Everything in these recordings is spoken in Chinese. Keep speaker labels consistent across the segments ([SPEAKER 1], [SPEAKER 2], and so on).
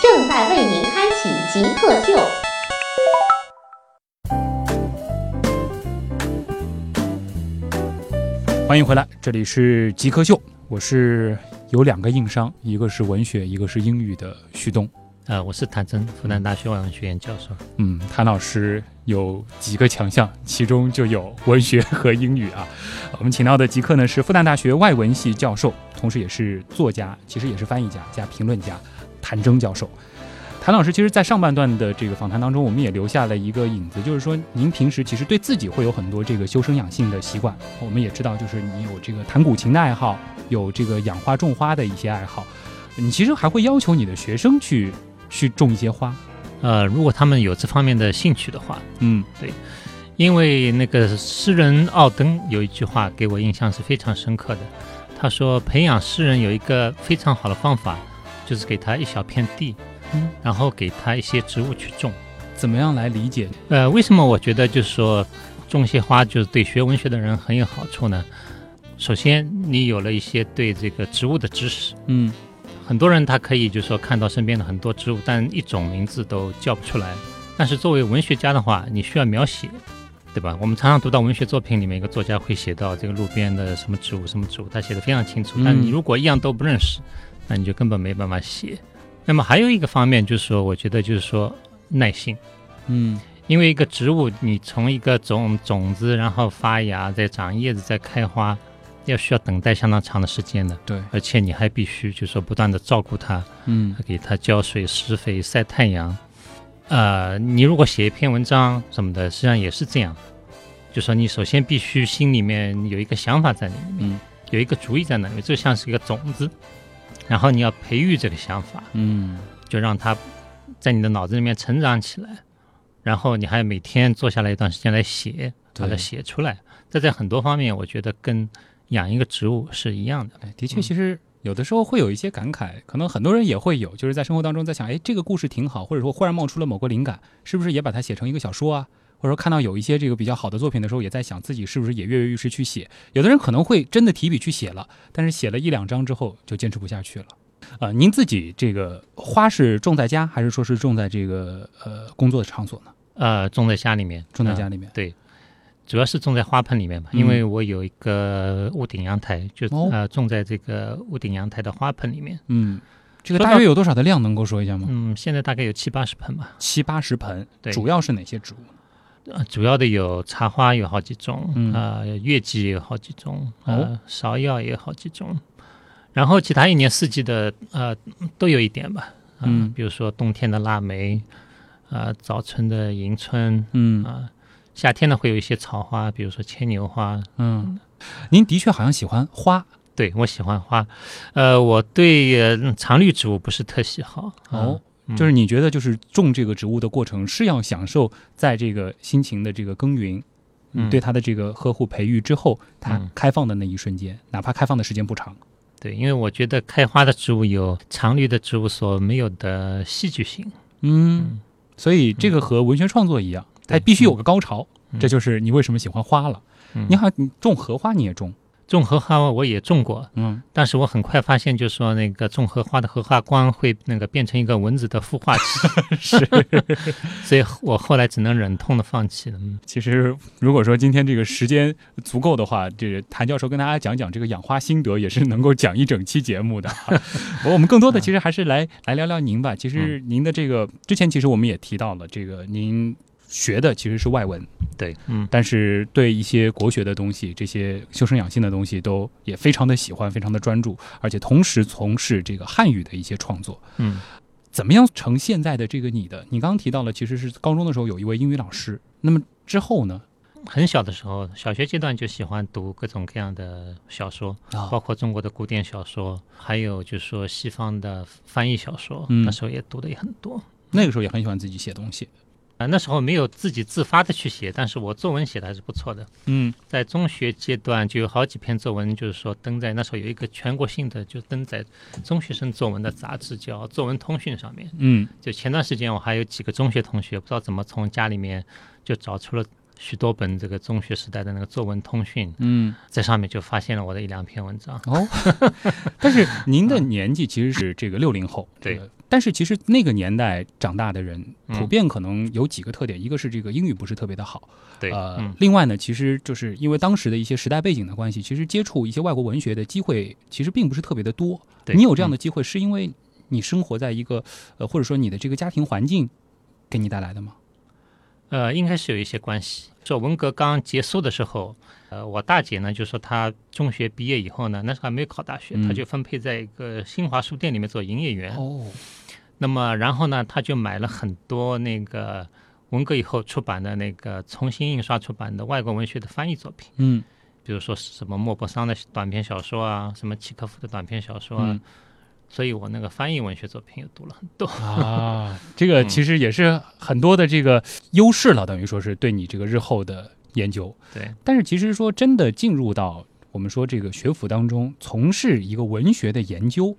[SPEAKER 1] 正在为您开启极客秀，
[SPEAKER 2] 欢迎回来，这里是极客秀，我是有两个硬伤，一个是文学，一个是英语的旭东。
[SPEAKER 3] 呃，我是谭真，复旦大学外文学院教授。
[SPEAKER 2] 嗯，谭老师有几个强项，其中就有文学和英语啊。 我们请到的极客呢是复旦大学外文系教授，同时也是作家，其实也是翻译家加评论家，谭征教授。谭老师，其实，在上半段的这个访谈当中，我们也留下了一个影子，就是说，您平时其实对自己会有很多这个修身养性的习惯。我们也知道，就是你有这个弹古琴的爱好，有这个养花种花的一些爱好。你其实还会要求你的学生去去种一些花，
[SPEAKER 3] 呃，如果他们有这方面的兴趣的话，
[SPEAKER 2] 嗯，
[SPEAKER 3] 因为那个诗人奥登有一句话给我印象是非常深刻的，他说培养诗人有一个非常好的方法，就是给他一小片地，
[SPEAKER 2] 嗯
[SPEAKER 3] 然后给他一些植物去种。
[SPEAKER 2] 怎么样来理解？
[SPEAKER 3] 呃，为什么我觉得就是说种一些花就是对学文学的人很有好处呢？首先，你有了一些对这个植物的知识，
[SPEAKER 2] 嗯
[SPEAKER 3] 很多人他可以就是说看到身边的很多植物，但一种名字都叫不出来。但是作为文学家的话，你需要描写，对吧？我们常常读到文学作品里面，一个作家会写到这个路边的什么植物、什么植物，他写的非常清楚
[SPEAKER 2] 嗯。
[SPEAKER 3] 但你如果一样都不认识，那你就根本没办法写。那么还有一个方面就是说，我觉得就是说耐心。
[SPEAKER 2] 嗯
[SPEAKER 3] 因为一个植物，你从一个种种子，然后发芽，再长叶子，再开花，要需要等待相当长的时间的。
[SPEAKER 2] 对
[SPEAKER 3] 而且你还必须就是说不断的照顾它，
[SPEAKER 2] 嗯
[SPEAKER 3] 给它浇水、施肥、晒太阳。呃，你如果写一篇文章什么的，实际上也是这样，就说你首先必须心里面有一个想法在里面，
[SPEAKER 2] 嗯
[SPEAKER 3] 有一个主意在那里面，就像是一个种子，然后你要培育这个想法，
[SPEAKER 2] 嗯
[SPEAKER 3] 就让它在你的脑子里面成长起来，然后你还每天坐下来一段时间来写，把它
[SPEAKER 2] 对
[SPEAKER 3] 写出来。这在很多方面，我觉得跟养一个植物是一样的。
[SPEAKER 2] 哎，的确，其实有的时候会有一些感慨，可能很多人也会有，就是在生活当中在想，哎，这个故事挺好，或者说忽然冒出了某个灵感，是不是也把它写成一个小说啊？或者说看到有一些这个比较好的作品的时候，也在想自己是不是也跃跃欲试去写。有的人可能会真的提笔去写了，但是写了一两章之后就坚持不下去了。啊、您自己这个花是种在家，还是说是种在这个呃工作的场所呢？
[SPEAKER 3] 呃，种在家里面，
[SPEAKER 2] 种在
[SPEAKER 3] 呃
[SPEAKER 2] 家里面？
[SPEAKER 3] 主要是种在花盆里面嘛，
[SPEAKER 2] 嗯
[SPEAKER 3] 因为我有一个屋顶阳台，就、
[SPEAKER 2] 哦
[SPEAKER 3] 呃种在这个屋顶阳台的花盆里面。
[SPEAKER 2] 嗯，这个
[SPEAKER 3] 说
[SPEAKER 2] 大
[SPEAKER 3] 到
[SPEAKER 2] 约有多少的量能够说一下吗？
[SPEAKER 3] 嗯，现在大概有七八十盆吧，
[SPEAKER 2] 七八十盆，
[SPEAKER 3] 对
[SPEAKER 2] 主要是哪些植物？
[SPEAKER 3] 呃主要的有茶花有好几种，
[SPEAKER 2] 嗯
[SPEAKER 3] 呃，月季也有好几种，
[SPEAKER 2] 哦
[SPEAKER 3] 呃，芍药也有好几种，然后其他一年四季的呃都有一点吧，呃
[SPEAKER 2] 嗯
[SPEAKER 3] 比如说冬天的腊梅，呃，早春的迎春，
[SPEAKER 2] 嗯
[SPEAKER 3] 啊、夏天呢会有一些草花，比如说牵牛花，
[SPEAKER 2] 嗯，您的确好像喜欢花，
[SPEAKER 3] 对我喜欢花，呃，我对呃常绿植物不是特喜好，呃
[SPEAKER 2] 哦，
[SPEAKER 3] 嗯
[SPEAKER 2] 就是你觉得就是种这个植物的过程是要享受在这个辛勤的这个耕耘，
[SPEAKER 3] 嗯
[SPEAKER 2] 对它的这个呵护培育之后，它
[SPEAKER 3] 嗯
[SPEAKER 2] 开放的那一瞬间，哪怕开放的时间不长，
[SPEAKER 3] 对，因为我觉得开花的植物有常绿的植物所没有的戏剧性。
[SPEAKER 2] 嗯，所以这个和文学创作一样，它必须有个高潮，
[SPEAKER 3] 嗯
[SPEAKER 2] 这就是你为什么喜欢花了。
[SPEAKER 3] 嗯
[SPEAKER 2] 你好，你种荷花你也种，
[SPEAKER 3] 种荷花我也种过，
[SPEAKER 2] 嗯，
[SPEAKER 3] 但是我很快发现，就是说那个种荷花的荷花光会那个变成一个蚊子的孵化器， 是，所以我后来只能忍痛的放弃了。嗯
[SPEAKER 2] 其实，如果说今天这个时间足够的话，这个谭教授跟大家讲讲这个养花心得，也是能够讲一整期节目的啊。我我们更多的其实还是来来聊聊您吧。其实您的这个之前，其实我们也提到了，这个您学的其实是外文，
[SPEAKER 3] 对，嗯，
[SPEAKER 2] 但是对一些国学的东西、这些修身养性的东西，都也非常的喜欢，非常的专注，而且同时从事这个汉语的一些创作。
[SPEAKER 3] 嗯，
[SPEAKER 2] 怎么样成现在的这个你的？你刚刚提到了，其实是高中的时候有一位英语老师，那么之后呢？
[SPEAKER 3] 很小的时候，小学阶段就喜欢读各种各样的小说，
[SPEAKER 2] 啊
[SPEAKER 3] 包括中国的古典小说，还有就是说西方的翻译小说，
[SPEAKER 2] 嗯
[SPEAKER 3] 那时候也读的也很多。
[SPEAKER 2] 那个时候也很喜欢自己写东西。
[SPEAKER 3] 啊、那时候没有自己自发的去写，但是我作文写的还是不错的。
[SPEAKER 2] 嗯
[SPEAKER 3] 在中学阶段就有好几篇作文，就是说登在那时候有一个全国性的，就登在中学生作文的杂志，叫《作文通讯》上面。
[SPEAKER 2] 嗯
[SPEAKER 3] 就前段时间，我还有几个中学同学，不知道怎么从家里面就找出了许多本这个中学时代的那个作文通讯，
[SPEAKER 2] 嗯，
[SPEAKER 3] 在上面就发现了我的一两篇文章。
[SPEAKER 2] 哦， 但是您的年纪其实是这个六零后，
[SPEAKER 3] 嗯对
[SPEAKER 2] 呃。但是其实那个年代长大的人，
[SPEAKER 3] 嗯
[SPEAKER 2] 普遍可能有几个特点，一个是这个英语不是特别的好，
[SPEAKER 3] 对，
[SPEAKER 2] 呃，
[SPEAKER 3] 嗯，
[SPEAKER 2] 另外呢，其实就是因为当时的一些时代背景的关系，其实接触一些外国文学的机会其实并不是特别的多。
[SPEAKER 3] 对
[SPEAKER 2] 你有这样
[SPEAKER 3] 嗯
[SPEAKER 2] 的机会，是因为你生活在一个呃，或者说你的这个家庭环境给你带来的吗？
[SPEAKER 3] 呃，应该是有一些关系。说文革刚结束的时候，呃，我大姐呢就说她中学毕业以后呢，那时候还没有考大学，
[SPEAKER 2] 嗯
[SPEAKER 3] 她就分配在一个新华书店里面做营业员。
[SPEAKER 2] 哦，
[SPEAKER 3] 那么然后呢，她就买了很多那个文革以后出版的那个重新印刷出版的外国文学的翻译作品，
[SPEAKER 2] 嗯
[SPEAKER 3] 比如说什么莫泊桑的短篇小说啊，什么契诃夫的短篇小说啊。
[SPEAKER 2] 嗯
[SPEAKER 3] 所以我那个翻译文学作品也读了很多。
[SPEAKER 2] 啊，这个
[SPEAKER 3] 嗯
[SPEAKER 2] 其实也是很多的这个优势了，等于说是对你这个日后的研究。
[SPEAKER 3] 对，
[SPEAKER 2] 但是其实说真的，进入到我们说这个学府当中，从事一个文学的研究，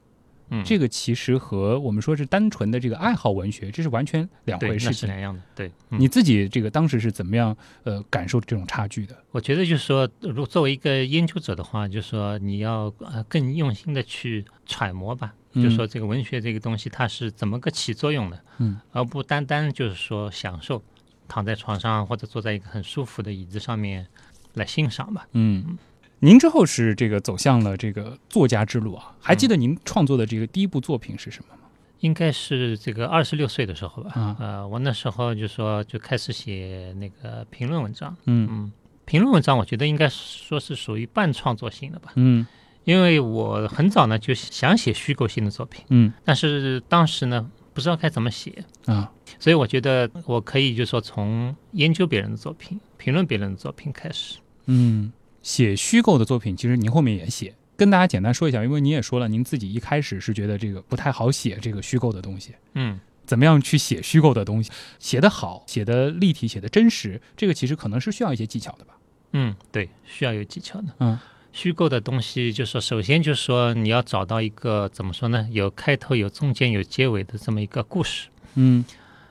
[SPEAKER 3] 嗯，
[SPEAKER 2] 这个其实和我们说是单纯的这个爱好文学，这是完全两
[SPEAKER 3] 对
[SPEAKER 2] 回
[SPEAKER 3] 那
[SPEAKER 2] 事
[SPEAKER 3] 是
[SPEAKER 2] 情。
[SPEAKER 3] 两样的。对，嗯
[SPEAKER 2] 你自己这个当时是怎么样呃感受这种差距的？
[SPEAKER 3] 我觉得就是说，如作为一个研究者的话，就是说你要呃更用心的去揣摩吧，
[SPEAKER 2] 嗯
[SPEAKER 3] 就是说这个文学这个东西它是怎么个起作用的，
[SPEAKER 2] 嗯，
[SPEAKER 3] 而不单单就是说享受，躺在床上或者坐在一个很舒服的椅子上面来欣赏吧。
[SPEAKER 2] 嗯，您之后是这个走向了这个作家之路啊？还记得您创作的这个第一部作品是什么吗？
[SPEAKER 3] 应该是这个二十六岁的时候吧，
[SPEAKER 2] 啊
[SPEAKER 3] 呃，我那时候就说就开始写那个评论文章，
[SPEAKER 2] 嗯
[SPEAKER 3] 嗯，评论文章我觉得应该说是属于半创作性的吧，
[SPEAKER 2] 嗯
[SPEAKER 3] 因为我很早呢就想写虚构性的作品。
[SPEAKER 2] 嗯
[SPEAKER 3] 但是当时呢，不知道该怎么写，
[SPEAKER 2] 啊
[SPEAKER 3] 所以我觉得我可以就说从研究别人的作品、评论别人的作品开始。
[SPEAKER 2] 嗯，写虚构的作品，其实您后面也写。跟大家简单说一下，因为您也说了，您自己一开始是觉得这个不太好写这个虚构的东西，
[SPEAKER 3] 嗯，
[SPEAKER 2] 怎么样去写虚构的东西，写得好，写得立体，写得真实，这个其实可能是需要一些技巧的吧？
[SPEAKER 3] 嗯，对，需要有技巧的。
[SPEAKER 2] 嗯，
[SPEAKER 3] 虚构的东西就是说，首先就是说你要找到一个怎么说呢，有开头、有中间、有结尾的这么一个故事，
[SPEAKER 2] 嗯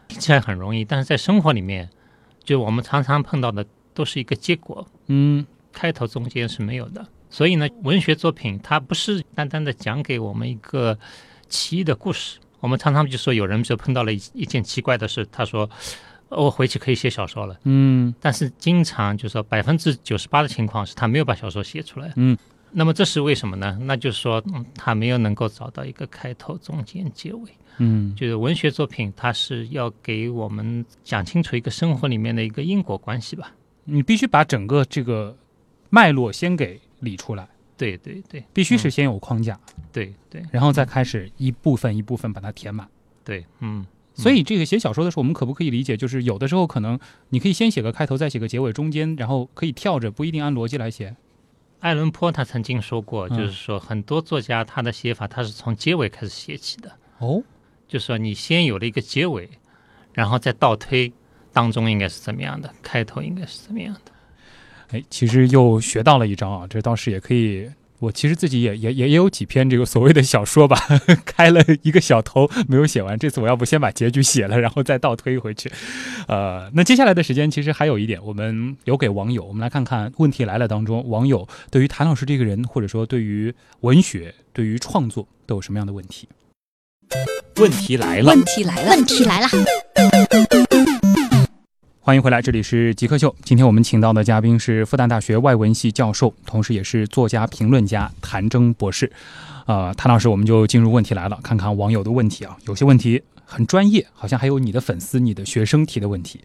[SPEAKER 3] 听起来很容易，但是在生活里面，就我们常常碰到的都是一个结果，
[SPEAKER 2] 嗯
[SPEAKER 3] 开头中间是没有的。所以呢，文学作品它不是单单的讲给我们一个奇异的故事。我们常常就说有人就碰到了一一件奇怪的事，他说哦：“我回去可以写小说了。
[SPEAKER 2] 嗯”
[SPEAKER 3] 但是经常就说百分之九十八的情况是他没有把小说写出来。
[SPEAKER 2] 嗯，
[SPEAKER 3] 那么这是为什么呢？那就是说、嗯、他没有能够找到一个开头、中间、结尾。
[SPEAKER 2] 嗯
[SPEAKER 3] 就是文学作品，它是要给我们讲清楚一个生活里面的一个因果关系吧？
[SPEAKER 2] 你必须把整个这个脉络先给理出来，
[SPEAKER 3] 对对对
[SPEAKER 2] 必须是先有框架，
[SPEAKER 3] 对对
[SPEAKER 2] 然后再开始一部分一部分把它填满。
[SPEAKER 3] 对，嗯。
[SPEAKER 2] 所以，这个写小说的时候，我们可不可以理解，就是有的时候可能你可以先写个开头，再写个结尾，中间然后可以跳着，不一定按逻辑来写。
[SPEAKER 3] 艾伦坡他曾经说过，
[SPEAKER 2] 嗯
[SPEAKER 3] 就是说很多作家他的写法他是从结尾开始写起的，
[SPEAKER 2] 哦，
[SPEAKER 3] 就是说你先有了一个结尾，然后再倒推当中应该是怎么样的，开头应该是怎么样的。
[SPEAKER 2] 哎，其实又学到了一招啊，这倒是也可以。我其实自己也也也也有几篇这个所谓的小说吧， 开了一个小头没有写完。这次我要不先把结局写了，然后再倒推回去。呃，那接下来的时间其实还有一点，我们留给网友，我们来看看问题来了当中网友对于谭老师这个人，或者说对于文学、对于创作都有什么样的问题。
[SPEAKER 4] 问题来了，
[SPEAKER 5] 问题来了，问题来了，
[SPEAKER 2] 欢迎回来，这里是极客秀。今天我们请到的嘉宾是复旦大学外文系教授，同时也是作家、评论家谭征博士。呃，谭老师，我们就进入问题来了，看看网友的问题啊。有些问题很专业，好像还有你的粉丝、你的学生提的问题。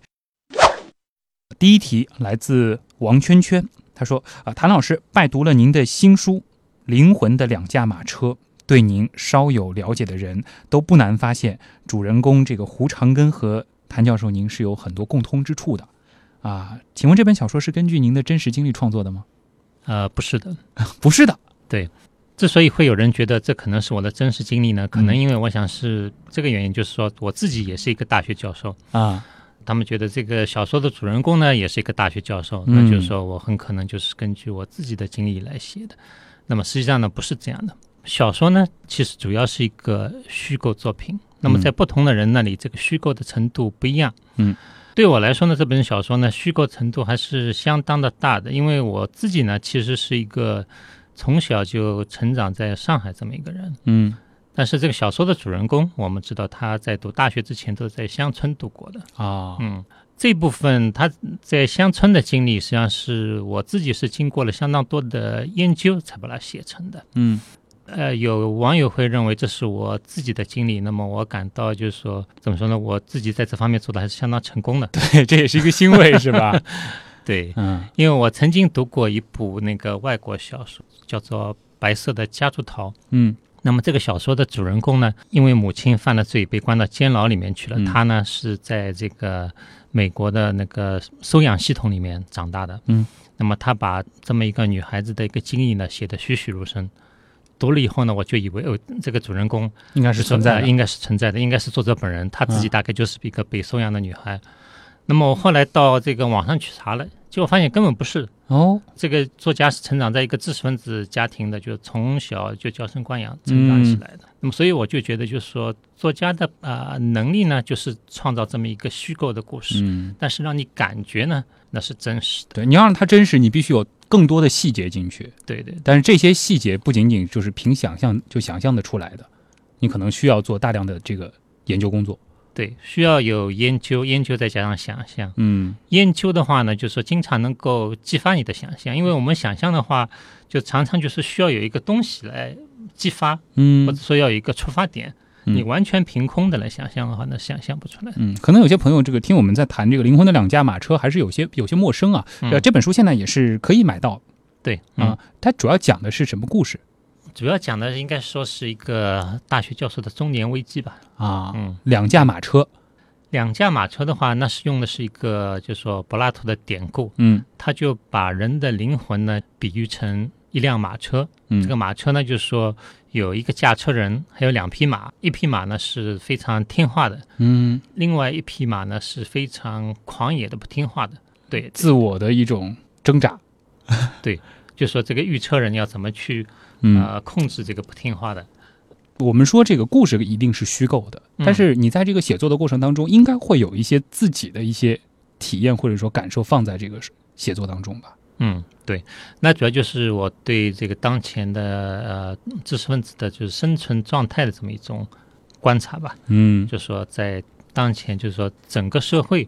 [SPEAKER 2] 第一题来自王圈圈，他说：“啊、谭老师，拜读了您的新书《灵魂的两驾马车》，对您稍有了解的人都不难发现，主人公这个胡长根和谭教授您是有很多共通之处的。啊。请问这本小说是根据您的真实经历创作的吗？
[SPEAKER 3] 呃，不是的，
[SPEAKER 2] 不是的，
[SPEAKER 3] 之所以会有人觉得这可能是我的真实经历呢，可能
[SPEAKER 2] 嗯
[SPEAKER 3] 因为我想是这个原因，就是说我自己也是一个大学教授，
[SPEAKER 2] 啊，
[SPEAKER 3] 他们觉得这个小说的主人公呢也是一个大学教授，
[SPEAKER 2] 嗯
[SPEAKER 3] 那就是说我很可能就是根据我自己的经历来写的。那么实际上呢不是这样的，小说呢其实主要是一个虚构作
[SPEAKER 2] 嗯
[SPEAKER 3] 品，那么在不同的人那里，这个虚构的程度不一样。
[SPEAKER 2] 嗯。
[SPEAKER 3] 对我来说呢，这本小说呢，虚构程度还是相当的大的，因为我自己呢，其实是一个从小就成长在上海这么一个人。
[SPEAKER 2] 嗯
[SPEAKER 3] 但是这个小说的主人公，我们知道他在读大学之前都是在乡村度过的，
[SPEAKER 2] 啊，
[SPEAKER 3] 嗯，这部分他在乡村的经历，实际上是我自己是经过了相当多的研究才把它写成的。
[SPEAKER 2] 嗯
[SPEAKER 3] 呃，有网友会认为这是我自己的经历，那么我感到就是说，怎么说呢？我自己在这方面做的还是相当成功的。
[SPEAKER 2] 对，这也是一个欣慰，是吧？
[SPEAKER 3] 对，
[SPEAKER 2] 嗯
[SPEAKER 3] 因为我曾经读过一部那个外国小说，叫做《白色的夹竹桃》。
[SPEAKER 2] 嗯
[SPEAKER 3] 那么这个小说的主人公呢，因为母亲犯了罪，被关到监牢里面去了。
[SPEAKER 2] 嗯
[SPEAKER 3] 他呢是在这个美国的那个收养系统里面长大的。
[SPEAKER 2] 嗯，
[SPEAKER 3] 那么他把这么一个女孩子的一个经历呢写得栩栩如生。读了以后呢，我就以为哦，这个主人公
[SPEAKER 2] 应该是存在啊
[SPEAKER 3] 呃
[SPEAKER 2] 的。
[SPEAKER 3] 应该是存在的，应该是作者本人，她自己大概就是一个被收养的女孩。那么我后来到这个网上去查了，结果发现根本不是。
[SPEAKER 2] 哦，
[SPEAKER 3] 这个作家是成长在一个知识分子家庭的，就是从小就娇生惯养成长起来
[SPEAKER 2] 嗯
[SPEAKER 3] 的。那么，所以我就觉得，就是说，作家的啊、呃能力呢，就是创造这么一个虚构的故事，
[SPEAKER 2] 嗯，
[SPEAKER 3] 但是让你感觉呢，那是真实的。
[SPEAKER 2] 对，你要让它真实，你必须有更多的细节进去。
[SPEAKER 3] 对对
[SPEAKER 2] 但是这些细节不仅仅就是凭想象就想象的出来的，你可能需要做大量的这个研究工作。
[SPEAKER 3] 对，需要有研究，研究再加上想象。
[SPEAKER 2] 嗯
[SPEAKER 3] 研究的话呢，就是说经常能够激发你的想
[SPEAKER 2] 嗯
[SPEAKER 3] 象，因为我们想象的话，就常常就是需要有一个东西来激发，或
[SPEAKER 2] 嗯
[SPEAKER 3] 者说要有一个出发点。
[SPEAKER 2] 嗯
[SPEAKER 3] 你完全凭空的来想象的话，那想象不出来。
[SPEAKER 2] 嗯，可能有些朋友这个听我们在谈这个《灵魂的两驾马车》，还是有些有些陌生啊。
[SPEAKER 3] 嗯
[SPEAKER 2] 呃，这本书现在也是可以买到
[SPEAKER 3] 对，嗯，
[SPEAKER 2] 啊。它主要讲的是什么故事
[SPEAKER 3] 主要讲的应该说是一个大学教授的中年危机吧。
[SPEAKER 2] 啊？
[SPEAKER 3] 嗯，
[SPEAKER 2] 两驾马车，
[SPEAKER 3] 两驾马车的话，那是用的是一个就是说柏拉图的典故，
[SPEAKER 2] 嗯
[SPEAKER 3] 他就把人的灵魂呢比喻成一辆马车。
[SPEAKER 2] 嗯，
[SPEAKER 3] 这个马车呢，就是说有一个驾车人，还有两匹马，一匹马呢是非常听话的，
[SPEAKER 2] 嗯
[SPEAKER 3] 另外一匹马呢是非常狂野的、不听话的。对，
[SPEAKER 2] 自我的一种挣扎。
[SPEAKER 3] 就说这个御车人要怎么去
[SPEAKER 2] 嗯，
[SPEAKER 3] 呃控制这个不听话的。
[SPEAKER 2] 我们说这个故事一定是虚构的，
[SPEAKER 3] 嗯
[SPEAKER 2] 但是你在这个写作的过程当中，应该会有一些自己的一些体验或者说感受放在这个写作当中吧？
[SPEAKER 3] 嗯，对，那主要就是我对这个当前的呃知识分子的就是生存状态的这么一种观察吧，
[SPEAKER 2] 嗯
[SPEAKER 3] 就说在当前就是说整个社会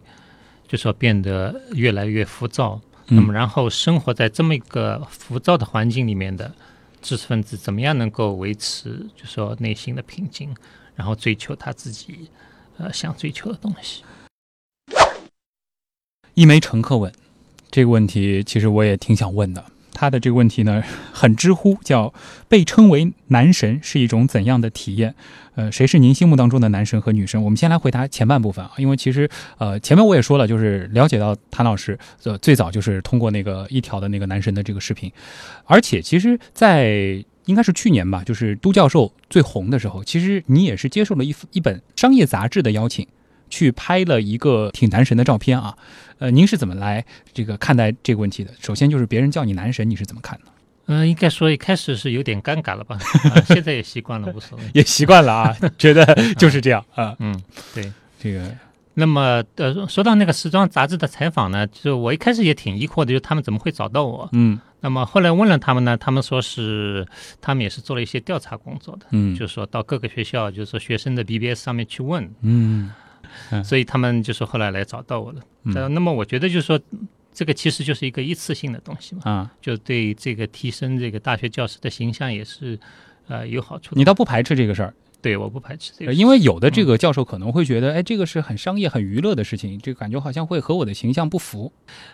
[SPEAKER 3] 就说变得越来越浮躁，
[SPEAKER 2] 嗯
[SPEAKER 3] 那么然后生活在这么一个浮躁的环境里面的知识分子，怎么样能够维持就说内心的平静，然后追求他自己呃想追求的东西。
[SPEAKER 2] 一枚乘客问这个问题，其实我也挺想问的。他的这个问题呢，很知乎，叫被称为男神是一种怎样的体验？呃，谁是您心目当中的男神和女神？我们先来回答前半部分啊，因为其实呃前面我也说了，就是了解到谭老师呃最早就是通过那个一条的那个男神的这个视频，而且其实，在应该是去年吧，就是都教授最红的时候，其实你也是接受了一一本商业杂志的邀请，去拍了一个挺男神的照片啊。呃，您是怎么来这个看待这个问题的？首先就是别人叫你男神，你是怎么看的？
[SPEAKER 3] 嗯、应该说一开始是有点尴尬了吧， 啊现在也习惯了，无所谓。
[SPEAKER 2] 也习惯了啊， 觉得就是这样啊。
[SPEAKER 3] 嗯，对。
[SPEAKER 2] 这个，
[SPEAKER 3] 那么，呃，说到那个时装杂志的采访呢，就是我一开始也挺疑惑的，就是他们怎么会找到我？
[SPEAKER 2] 嗯
[SPEAKER 3] 那么后来问了他们呢，他们说是他们也是做了一些调查工作的，
[SPEAKER 2] 嗯
[SPEAKER 3] 就是说到各个学校，就是说学生的 BBS 上面去问，
[SPEAKER 2] 嗯
[SPEAKER 3] 所以他们就是后来来找到我了。
[SPEAKER 2] 嗯
[SPEAKER 3] 呃那么我觉得就是说，这个其实就是一个一次性的东西嘛，
[SPEAKER 2] 啊，
[SPEAKER 3] 就对这个提升这个大学教师的形象也是呃有好处的。
[SPEAKER 2] 你倒不排斥这个事儿，
[SPEAKER 3] 对，我不排斥这
[SPEAKER 2] 呃
[SPEAKER 3] 个。嗯
[SPEAKER 2] 因为有的这个教授可能会觉得，哎，这个是很商业、很娱乐的事情，这个感觉好像会和我的形象不符。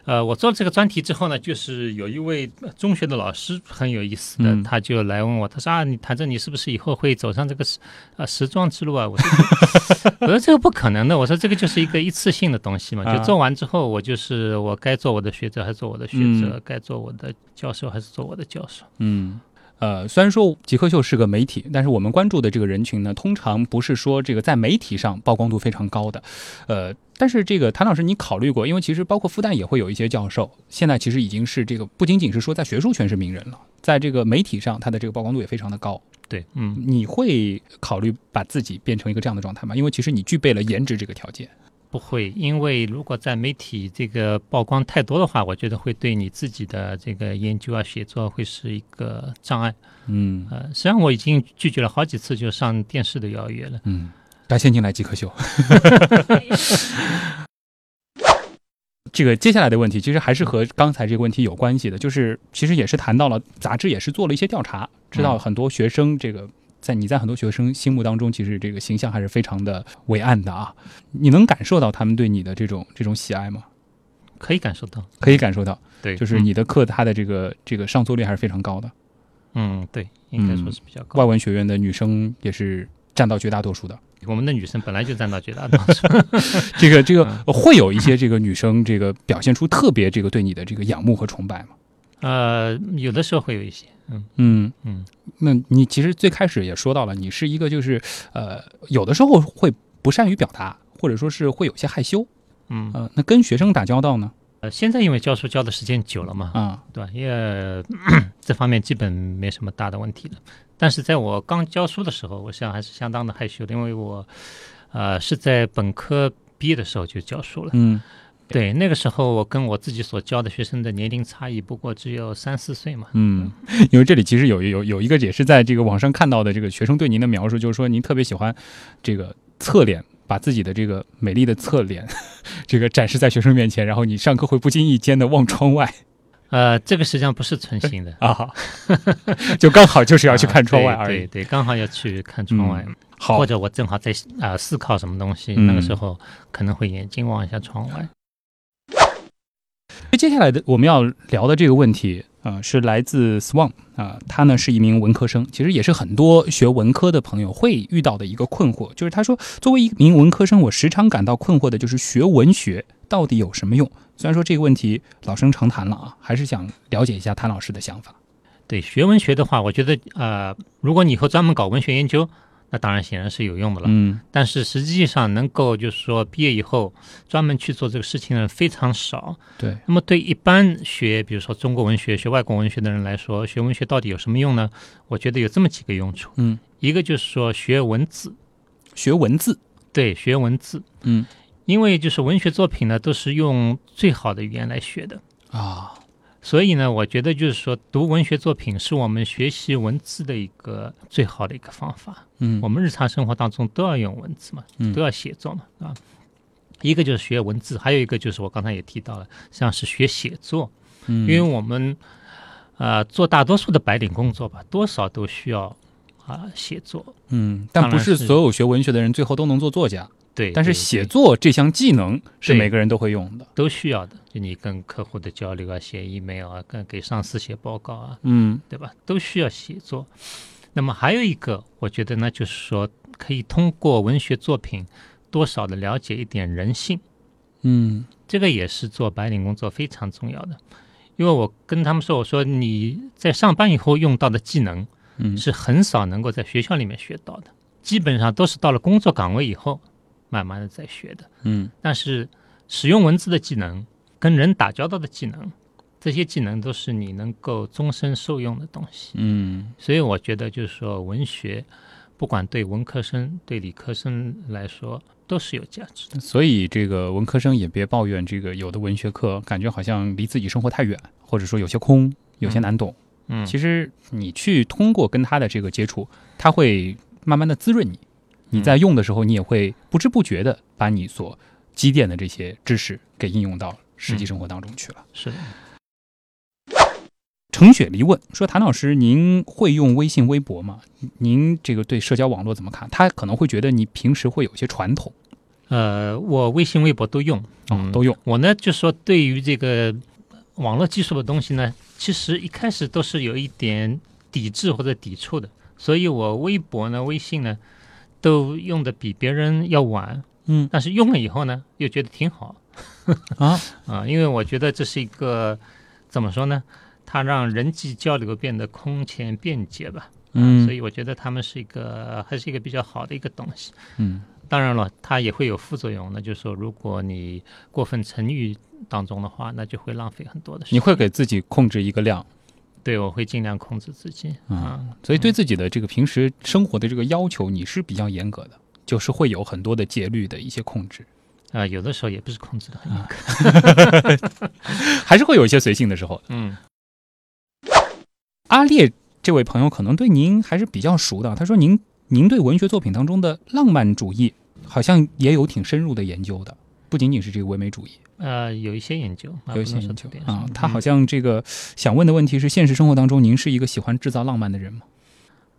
[SPEAKER 3] 呃，我做了这个专题之后呢，就是有一位中学的老师很有意思的，
[SPEAKER 2] 嗯
[SPEAKER 3] 他就来问我，他说啊，你谈着你是不是以后会走上这个时呃时装之路啊？我说， 我说这个不可能的，我说这个就是一个一次性的东西嘛，
[SPEAKER 2] 啊
[SPEAKER 3] 就做完之后，我就是我该做我的学者还是做我的学者，
[SPEAKER 2] 嗯
[SPEAKER 3] 该做我的教授还是做我的教授。
[SPEAKER 2] 嗯，呃，虽然说极客秀是个媒体，但是我们关注的这个人群呢，通常不是说这个在媒体上曝光度非常高的，呃，但是这个谭老师，你考虑过？因为其实包括复旦也会有一些教授，现在其实已经是这个不仅仅是说在学术圈是名人了，在这个媒体上他的这个曝光度也非常的高。
[SPEAKER 3] 对，嗯，
[SPEAKER 2] 你会考虑把自己变成一个这样的状态吗？因为其实你具备了颜值这个条件。
[SPEAKER 3] 不会，因为如果在媒体这个曝光太多的话，我觉得会对你自己的这个研究啊、写作会是一个障碍。
[SPEAKER 2] 嗯
[SPEAKER 3] 呃，实际上我已经拒绝了好几次就上电视的邀约了。
[SPEAKER 2] 嗯，该先进来极客秀。 这个接下来的问题其实还是和刚才这个问题有关系的，就是其实也是谈到了杂志也是做了一些调查，知道很多学生这个在你在很多学生心目当中，其实这个形象还是非常的伟岸的啊。你能感受到他们对你的这种这种喜爱吗？
[SPEAKER 3] 可以感受到，
[SPEAKER 2] 可以感受到，
[SPEAKER 3] 对，嗯
[SPEAKER 2] 就是你的课它的这个这个上座率还是非常高的，
[SPEAKER 3] 嗯，嗯，对，应该说是比较
[SPEAKER 2] 外
[SPEAKER 3] 高。
[SPEAKER 2] 文学院的女生也是占到绝大多数的。
[SPEAKER 3] 我们的女生本来就占到绝大多数，
[SPEAKER 2] 这个这个会有一些这个女生这个表现出特别这个对你的这个仰慕和崇拜吗？
[SPEAKER 3] 呃，有的时候会有一些，嗯
[SPEAKER 2] 嗯
[SPEAKER 3] 嗯，
[SPEAKER 2] 那你其实最开始也说到了，你是一个就是呃，有的时候会不善于表达，或者说是会有些害羞。
[SPEAKER 3] 嗯。
[SPEAKER 2] 呃，那跟学生打交道呢？
[SPEAKER 3] 呃，现在因为教书教的时间久了嘛，
[SPEAKER 2] 啊，
[SPEAKER 3] 对吧？ 也 这方面基本没什么大的问题了。但是在我刚教书的时候，我想还是相当的害羞的，因为我呃是在本科毕业的时候就教书了。
[SPEAKER 2] 嗯
[SPEAKER 3] 对，那个时候我跟我自己所教的学生的年龄差异不过只有三四岁嘛。
[SPEAKER 2] 嗯，因为这里其实有有有一个也是在这个网上看到的这个学生对您的描述，就是说您特别喜欢这个侧脸。把自己的这个美丽的侧脸， 这个展示在学生面前，然后你上课会不经意间的望窗外，
[SPEAKER 3] 呃，这个实际上不是存心的
[SPEAKER 2] 啊，就刚好就是 要去
[SPEAKER 3] 啊
[SPEAKER 2] 看窗外
[SPEAKER 3] 对
[SPEAKER 2] 而已嗯
[SPEAKER 3] 对。对，刚好要去看窗外，
[SPEAKER 2] 好
[SPEAKER 3] 或，者我正好在啊、呃思考什么东西，
[SPEAKER 2] 嗯
[SPEAKER 3] 那个时候可能会眼睛望一下窗外。
[SPEAKER 2] 接下来的我们要聊的这个问题啊、呃是来自 Swan 啊、他呢是一名文科生，其实也是很多学文科的朋友会遇到的一个困惑，就是他说，作为一名文科生，我时常感到困惑的就是学文学到底有什么用？虽然说这个问题老生常谈了啊，还是想了解一下谭老师的想法。
[SPEAKER 3] 对学文学的话，我觉得呃，如果你以后专门搞文学研究，那当然显然是有用的了。
[SPEAKER 2] 嗯
[SPEAKER 3] 但是实际上，能够就是说毕业以后专门去做这个事情的人非常少。
[SPEAKER 2] 对，
[SPEAKER 3] 那么对一般学，比如说中国文学、学外国文学的人来说，学文学到底有什么用呢？我觉得有这么几个用处。
[SPEAKER 2] 嗯，
[SPEAKER 3] 一个就是说学文字，
[SPEAKER 2] 学文字，
[SPEAKER 3] 对，学文字，
[SPEAKER 2] 嗯
[SPEAKER 3] 因为就是文学作品呢，都是用最好的语言来学的。
[SPEAKER 2] 啊，
[SPEAKER 3] 所以呢，我觉得就是说，读文学作品是我们学习文字的一个最好的一个方法。
[SPEAKER 2] 嗯
[SPEAKER 3] 我们日常生活当中都要用文字嘛，
[SPEAKER 2] 嗯
[SPEAKER 3] 都要写作嘛，啊。一个就是学文字，还有一个就是我刚才也提到了，实际上是学写作，
[SPEAKER 2] 嗯
[SPEAKER 3] 因为我们呃做大多数的白领工作吧，多少都需要啊、写作。
[SPEAKER 2] 嗯，但不是
[SPEAKER 3] 当然是
[SPEAKER 2] 所有学文学的人最后都能做作家，
[SPEAKER 3] 对，
[SPEAKER 2] 但是
[SPEAKER 3] 对
[SPEAKER 2] 写
[SPEAKER 3] 对
[SPEAKER 2] 作这项技能是
[SPEAKER 3] 对
[SPEAKER 2] 每个人都会用的。
[SPEAKER 3] 都需要的，就你跟客户的交流啊，写 email 啊，跟给上司写报告啊，
[SPEAKER 2] 嗯
[SPEAKER 3] 对吧？都需要写作。那么还有一个，我觉得呢，就是说可以通过文学作品多少的了解一点人性，
[SPEAKER 2] 嗯
[SPEAKER 3] 这个也是做白领工作非常重要的。因为我跟他们说，我说你在上班以后用到的技能
[SPEAKER 2] 嗯
[SPEAKER 3] 是很少能够在学校里面学到的，基本上都是到了工作岗位以后慢慢的在学的。
[SPEAKER 2] 嗯。
[SPEAKER 3] 但是使用文字的技能、跟人打交道的技能，这些技能都是你能够终身受用的东西。
[SPEAKER 2] 嗯
[SPEAKER 3] 所以我觉得就是说，文学不管对文科生、对理科生来说都是有价值的。，
[SPEAKER 2] 所以这个文科生也别抱怨这个有的文学课感觉好像离自己生活太远，或者说有些空，有些难懂。
[SPEAKER 3] 嗯，
[SPEAKER 2] 其实你去通过跟他的这个接触，他会慢慢的滋润你。你在用的时候，你也会不知不觉的把你所积淀的这嗯些知识给应用到实际生活当中去了。
[SPEAKER 3] 是的，
[SPEAKER 2] 程雪梨问说：“谭老师，您会用微信、微博吗？您这个对社交网络怎么看？他可能会觉得你平时会有一些传统，
[SPEAKER 3] 呃，我微信、微博都用，
[SPEAKER 2] 嗯，都用，
[SPEAKER 3] 我呢，就说对于这个网络技术的东西呢，其实一开始都是有一点抵制或者抵触的，所以我微博呢、微信呢，都用的比别人要晚，
[SPEAKER 2] 嗯
[SPEAKER 3] 但是用了以后呢，又觉得挺好
[SPEAKER 2] 啊，
[SPEAKER 3] 啊、因为我觉得这是一个怎么说呢，它让人际交流变得空前便捷吧，啊
[SPEAKER 2] 嗯，
[SPEAKER 3] 所以我觉得他们是一个还是一个比较好的一个东西。
[SPEAKER 2] 嗯
[SPEAKER 3] 当然了，它也会有副作用，那就是说，如果你过分沉溺当中的话，那就会浪费很多的时间。
[SPEAKER 2] 你会给自己控制一个量，
[SPEAKER 3] 对我会尽量控制自己
[SPEAKER 2] 嗯
[SPEAKER 3] 啊、
[SPEAKER 2] 所以对自己的这个平时生活的这个要求，你是比较严格的，就是会有很多的节律的一些控制，
[SPEAKER 3] 啊有的时候也不是控制的很严格。
[SPEAKER 2] 还是会有一些随性的时候。
[SPEAKER 3] 嗯，
[SPEAKER 2] 阿烈这位朋友可能对您还是比较熟的，他说您您对文学作品当中的浪漫主义好像也有挺深入的研究的，不仅仅是这个唯美主义，
[SPEAKER 3] 呃，有一些研究，啊、
[SPEAKER 2] 有一些
[SPEAKER 3] 不能
[SPEAKER 2] 研
[SPEAKER 3] 说
[SPEAKER 2] 究
[SPEAKER 3] 特别
[SPEAKER 2] 啊
[SPEAKER 3] 嗯。
[SPEAKER 2] 他好像这个想问的问题是：现实生活当中，您是一个喜欢制造浪漫的人吗？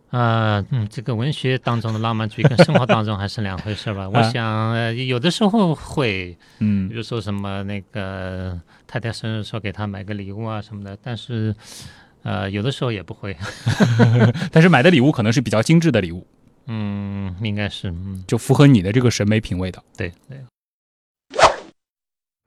[SPEAKER 3] 啊，嗯，这个文学当中的浪漫主义跟生活当中还是两回事 吧。我
[SPEAKER 2] 啊
[SPEAKER 3] 想、呃有的时候会，比
[SPEAKER 2] 嗯
[SPEAKER 3] 如说什么那个太太生日说给她买个礼物啊什么的，但是呃，有的时候也不会。
[SPEAKER 2] 但是买的礼物可能是比较精致的礼物，
[SPEAKER 3] 嗯，应该是嗯，
[SPEAKER 2] 就符合你的这个审美品味的。
[SPEAKER 3] 对对。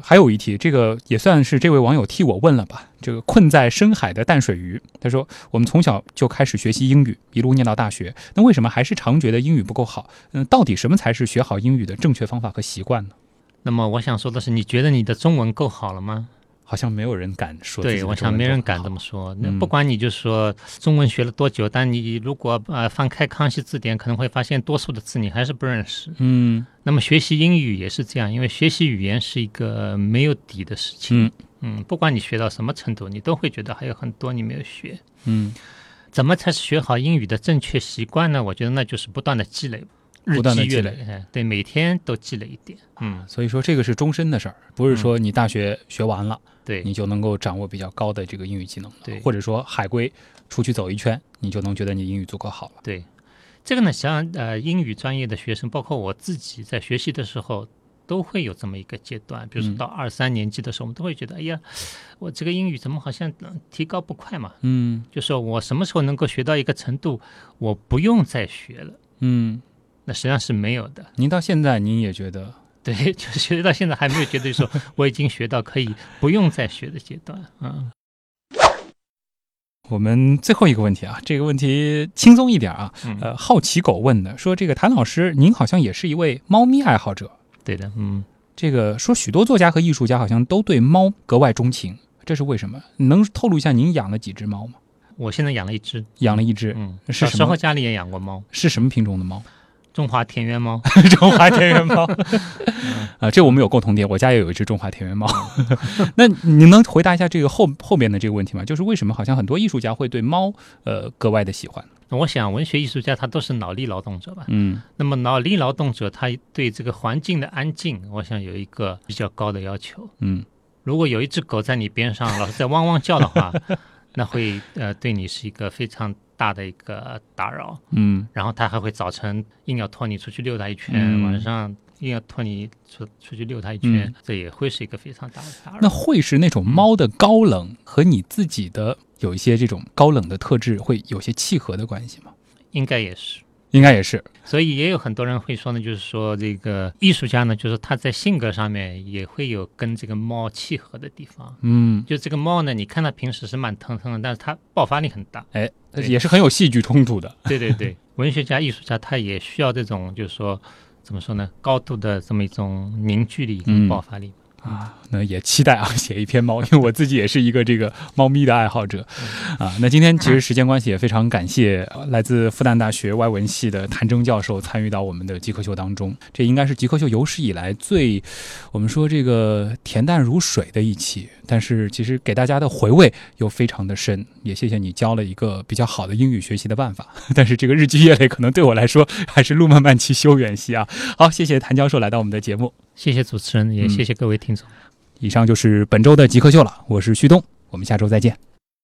[SPEAKER 2] 还有一题，这个也算是这位网友替我问了吧。这个困在深海的淡水鱼，他说：“我们从小就开始学习英语，一路念到大学，那为什么还是常觉得英语不够好？嗯，到底什么才是学好英语的正确方法和习惯呢？
[SPEAKER 3] 那么我想说的是，你觉得你的中文够好了吗？
[SPEAKER 2] 好像没有人敢说自己
[SPEAKER 3] 对，
[SPEAKER 2] 的
[SPEAKER 3] 我
[SPEAKER 2] 中
[SPEAKER 3] 想
[SPEAKER 2] 文
[SPEAKER 3] 没
[SPEAKER 2] 都
[SPEAKER 3] 人
[SPEAKER 2] 很
[SPEAKER 3] 敢
[SPEAKER 2] 好
[SPEAKER 3] 这么说。那
[SPEAKER 2] 嗯
[SPEAKER 3] 不管你就说中文学了多久，但你如果呃翻开康熙字典，可能会发现多数的字你还是不认识。
[SPEAKER 2] 嗯
[SPEAKER 3] 那么学习英语也是这样，因为学习语言是一个没有底的事情。
[SPEAKER 2] 嗯
[SPEAKER 3] 嗯，不管你学到什么程度，你都会觉得还有很多你没有学。
[SPEAKER 2] 嗯，
[SPEAKER 3] 怎么才是学好英语的正确习惯呢？我觉得那就是不断的积累，日
[SPEAKER 2] 不断地
[SPEAKER 3] 积月
[SPEAKER 2] 积
[SPEAKER 3] 累，哎对，每天都积累一点。嗯，
[SPEAKER 2] 所以说这个是终身的事儿，不是说你大学学完了，
[SPEAKER 3] 对，
[SPEAKER 2] 你就能够掌握比较高的这个英语技能了，
[SPEAKER 3] 对
[SPEAKER 2] 或者说海归出去走一圈，你就能觉得你英语足够好了。
[SPEAKER 3] 对，这个呢，像呃英语专业的学生，包括我自己在学习的时候，都会有这么一个阶段。比如说
[SPEAKER 2] 嗯
[SPEAKER 3] 到二三年级的时候，我们都会觉得，哎呀，我这个英语怎么好像呃提高不快嘛？
[SPEAKER 2] 嗯
[SPEAKER 3] 就说我什么时候能够学到一个程度，我不用再学了？
[SPEAKER 2] 嗯，
[SPEAKER 3] 那实际上是没有的。
[SPEAKER 2] 您到现在您也觉得
[SPEAKER 3] 对，就学到现在还没有觉得说我已经学到可以不用再学的阶段。嗯，
[SPEAKER 2] 我们最后一个问题啊，这个问题轻松一点啊。
[SPEAKER 3] 嗯
[SPEAKER 2] 呃，好奇狗问的，说这个谭老师，您好像也是一位猫咪爱好者。
[SPEAKER 3] 对的，嗯。
[SPEAKER 2] 这个说许多作家和艺术家好像都对猫格外钟情，这是为什么？能透露一下您养了几只猫吗？
[SPEAKER 3] 我现在养了一只，
[SPEAKER 2] 养了一只，
[SPEAKER 3] 嗯，
[SPEAKER 2] 是
[SPEAKER 3] 小
[SPEAKER 2] 什
[SPEAKER 3] 时候
[SPEAKER 2] 么
[SPEAKER 3] 家里也养过猫，
[SPEAKER 2] 是什么品种的猫？
[SPEAKER 3] 中华田园猫。
[SPEAKER 2] 中华田园猫。 啊，这我们有共同点，我家也有一只中华田园猫。 那您能回答一下这个后后边的这个问题吗？就是为什么好像很多艺术家会对猫呃格外的喜欢？
[SPEAKER 3] 我想，文学艺术家他都是脑力劳动者吧？
[SPEAKER 2] 嗯
[SPEAKER 3] 那么脑力劳动者，他对这个环境的安静，我想有一个比较高的要求。
[SPEAKER 2] 嗯
[SPEAKER 3] 如果有一只狗在你边上老是在汪汪叫的话， 那会呃对你是一个非常大的一个打扰。
[SPEAKER 2] 嗯
[SPEAKER 3] 然后它还会早晨硬要拖你出去溜达一圈，
[SPEAKER 2] 嗯
[SPEAKER 3] 晚上硬要拖你出出去溜达一圈，
[SPEAKER 2] 嗯
[SPEAKER 3] 这也会是一个非常大的打
[SPEAKER 2] 那
[SPEAKER 3] 扰。
[SPEAKER 2] 会是那种猫的高冷和你自己的有一些这种高冷的特质会有些契合的关系吗？
[SPEAKER 3] 应该也是。
[SPEAKER 2] 应该也是，
[SPEAKER 3] 所以也有很多人会说呢，就是说这个艺术家呢，就是他在性格上面也会有跟这个猫契合的地方。
[SPEAKER 2] 嗯，
[SPEAKER 3] 就这个猫呢，你看它平时是慢腾腾的，但是它爆发力很大。
[SPEAKER 2] 哎，
[SPEAKER 3] 对
[SPEAKER 2] 也是很有戏剧冲突的，
[SPEAKER 3] 对对对， 文学家、艺术家他也需要这种，就是说怎么说呢，高度的这么一种凝聚力
[SPEAKER 2] 嗯
[SPEAKER 3] 跟爆发力。
[SPEAKER 2] 啊，那也期待啊， 写一篇猫，因为我自己也是一个这个猫咪的爱好者啊。那今天其实时间关系，也非常感谢呃来自复旦大学外文系的谭征教授参与到我们的极客秀当中。这应该是极客秀有史以来最，我们说这个恬淡如水的一期，但是其实给大家的回味又非常的深。也谢谢你教了一个比较好的英语学习的办法， 但是这个日积月累，可能对我来说还是路漫漫其修远兮啊。好，谢谢谭教授来到我们的节目。
[SPEAKER 3] 谢谢主持人，也
[SPEAKER 2] 嗯
[SPEAKER 3] 谢谢各位听众。
[SPEAKER 2] 以上就是本周的极客秀了，我是旭东，我们下周再见，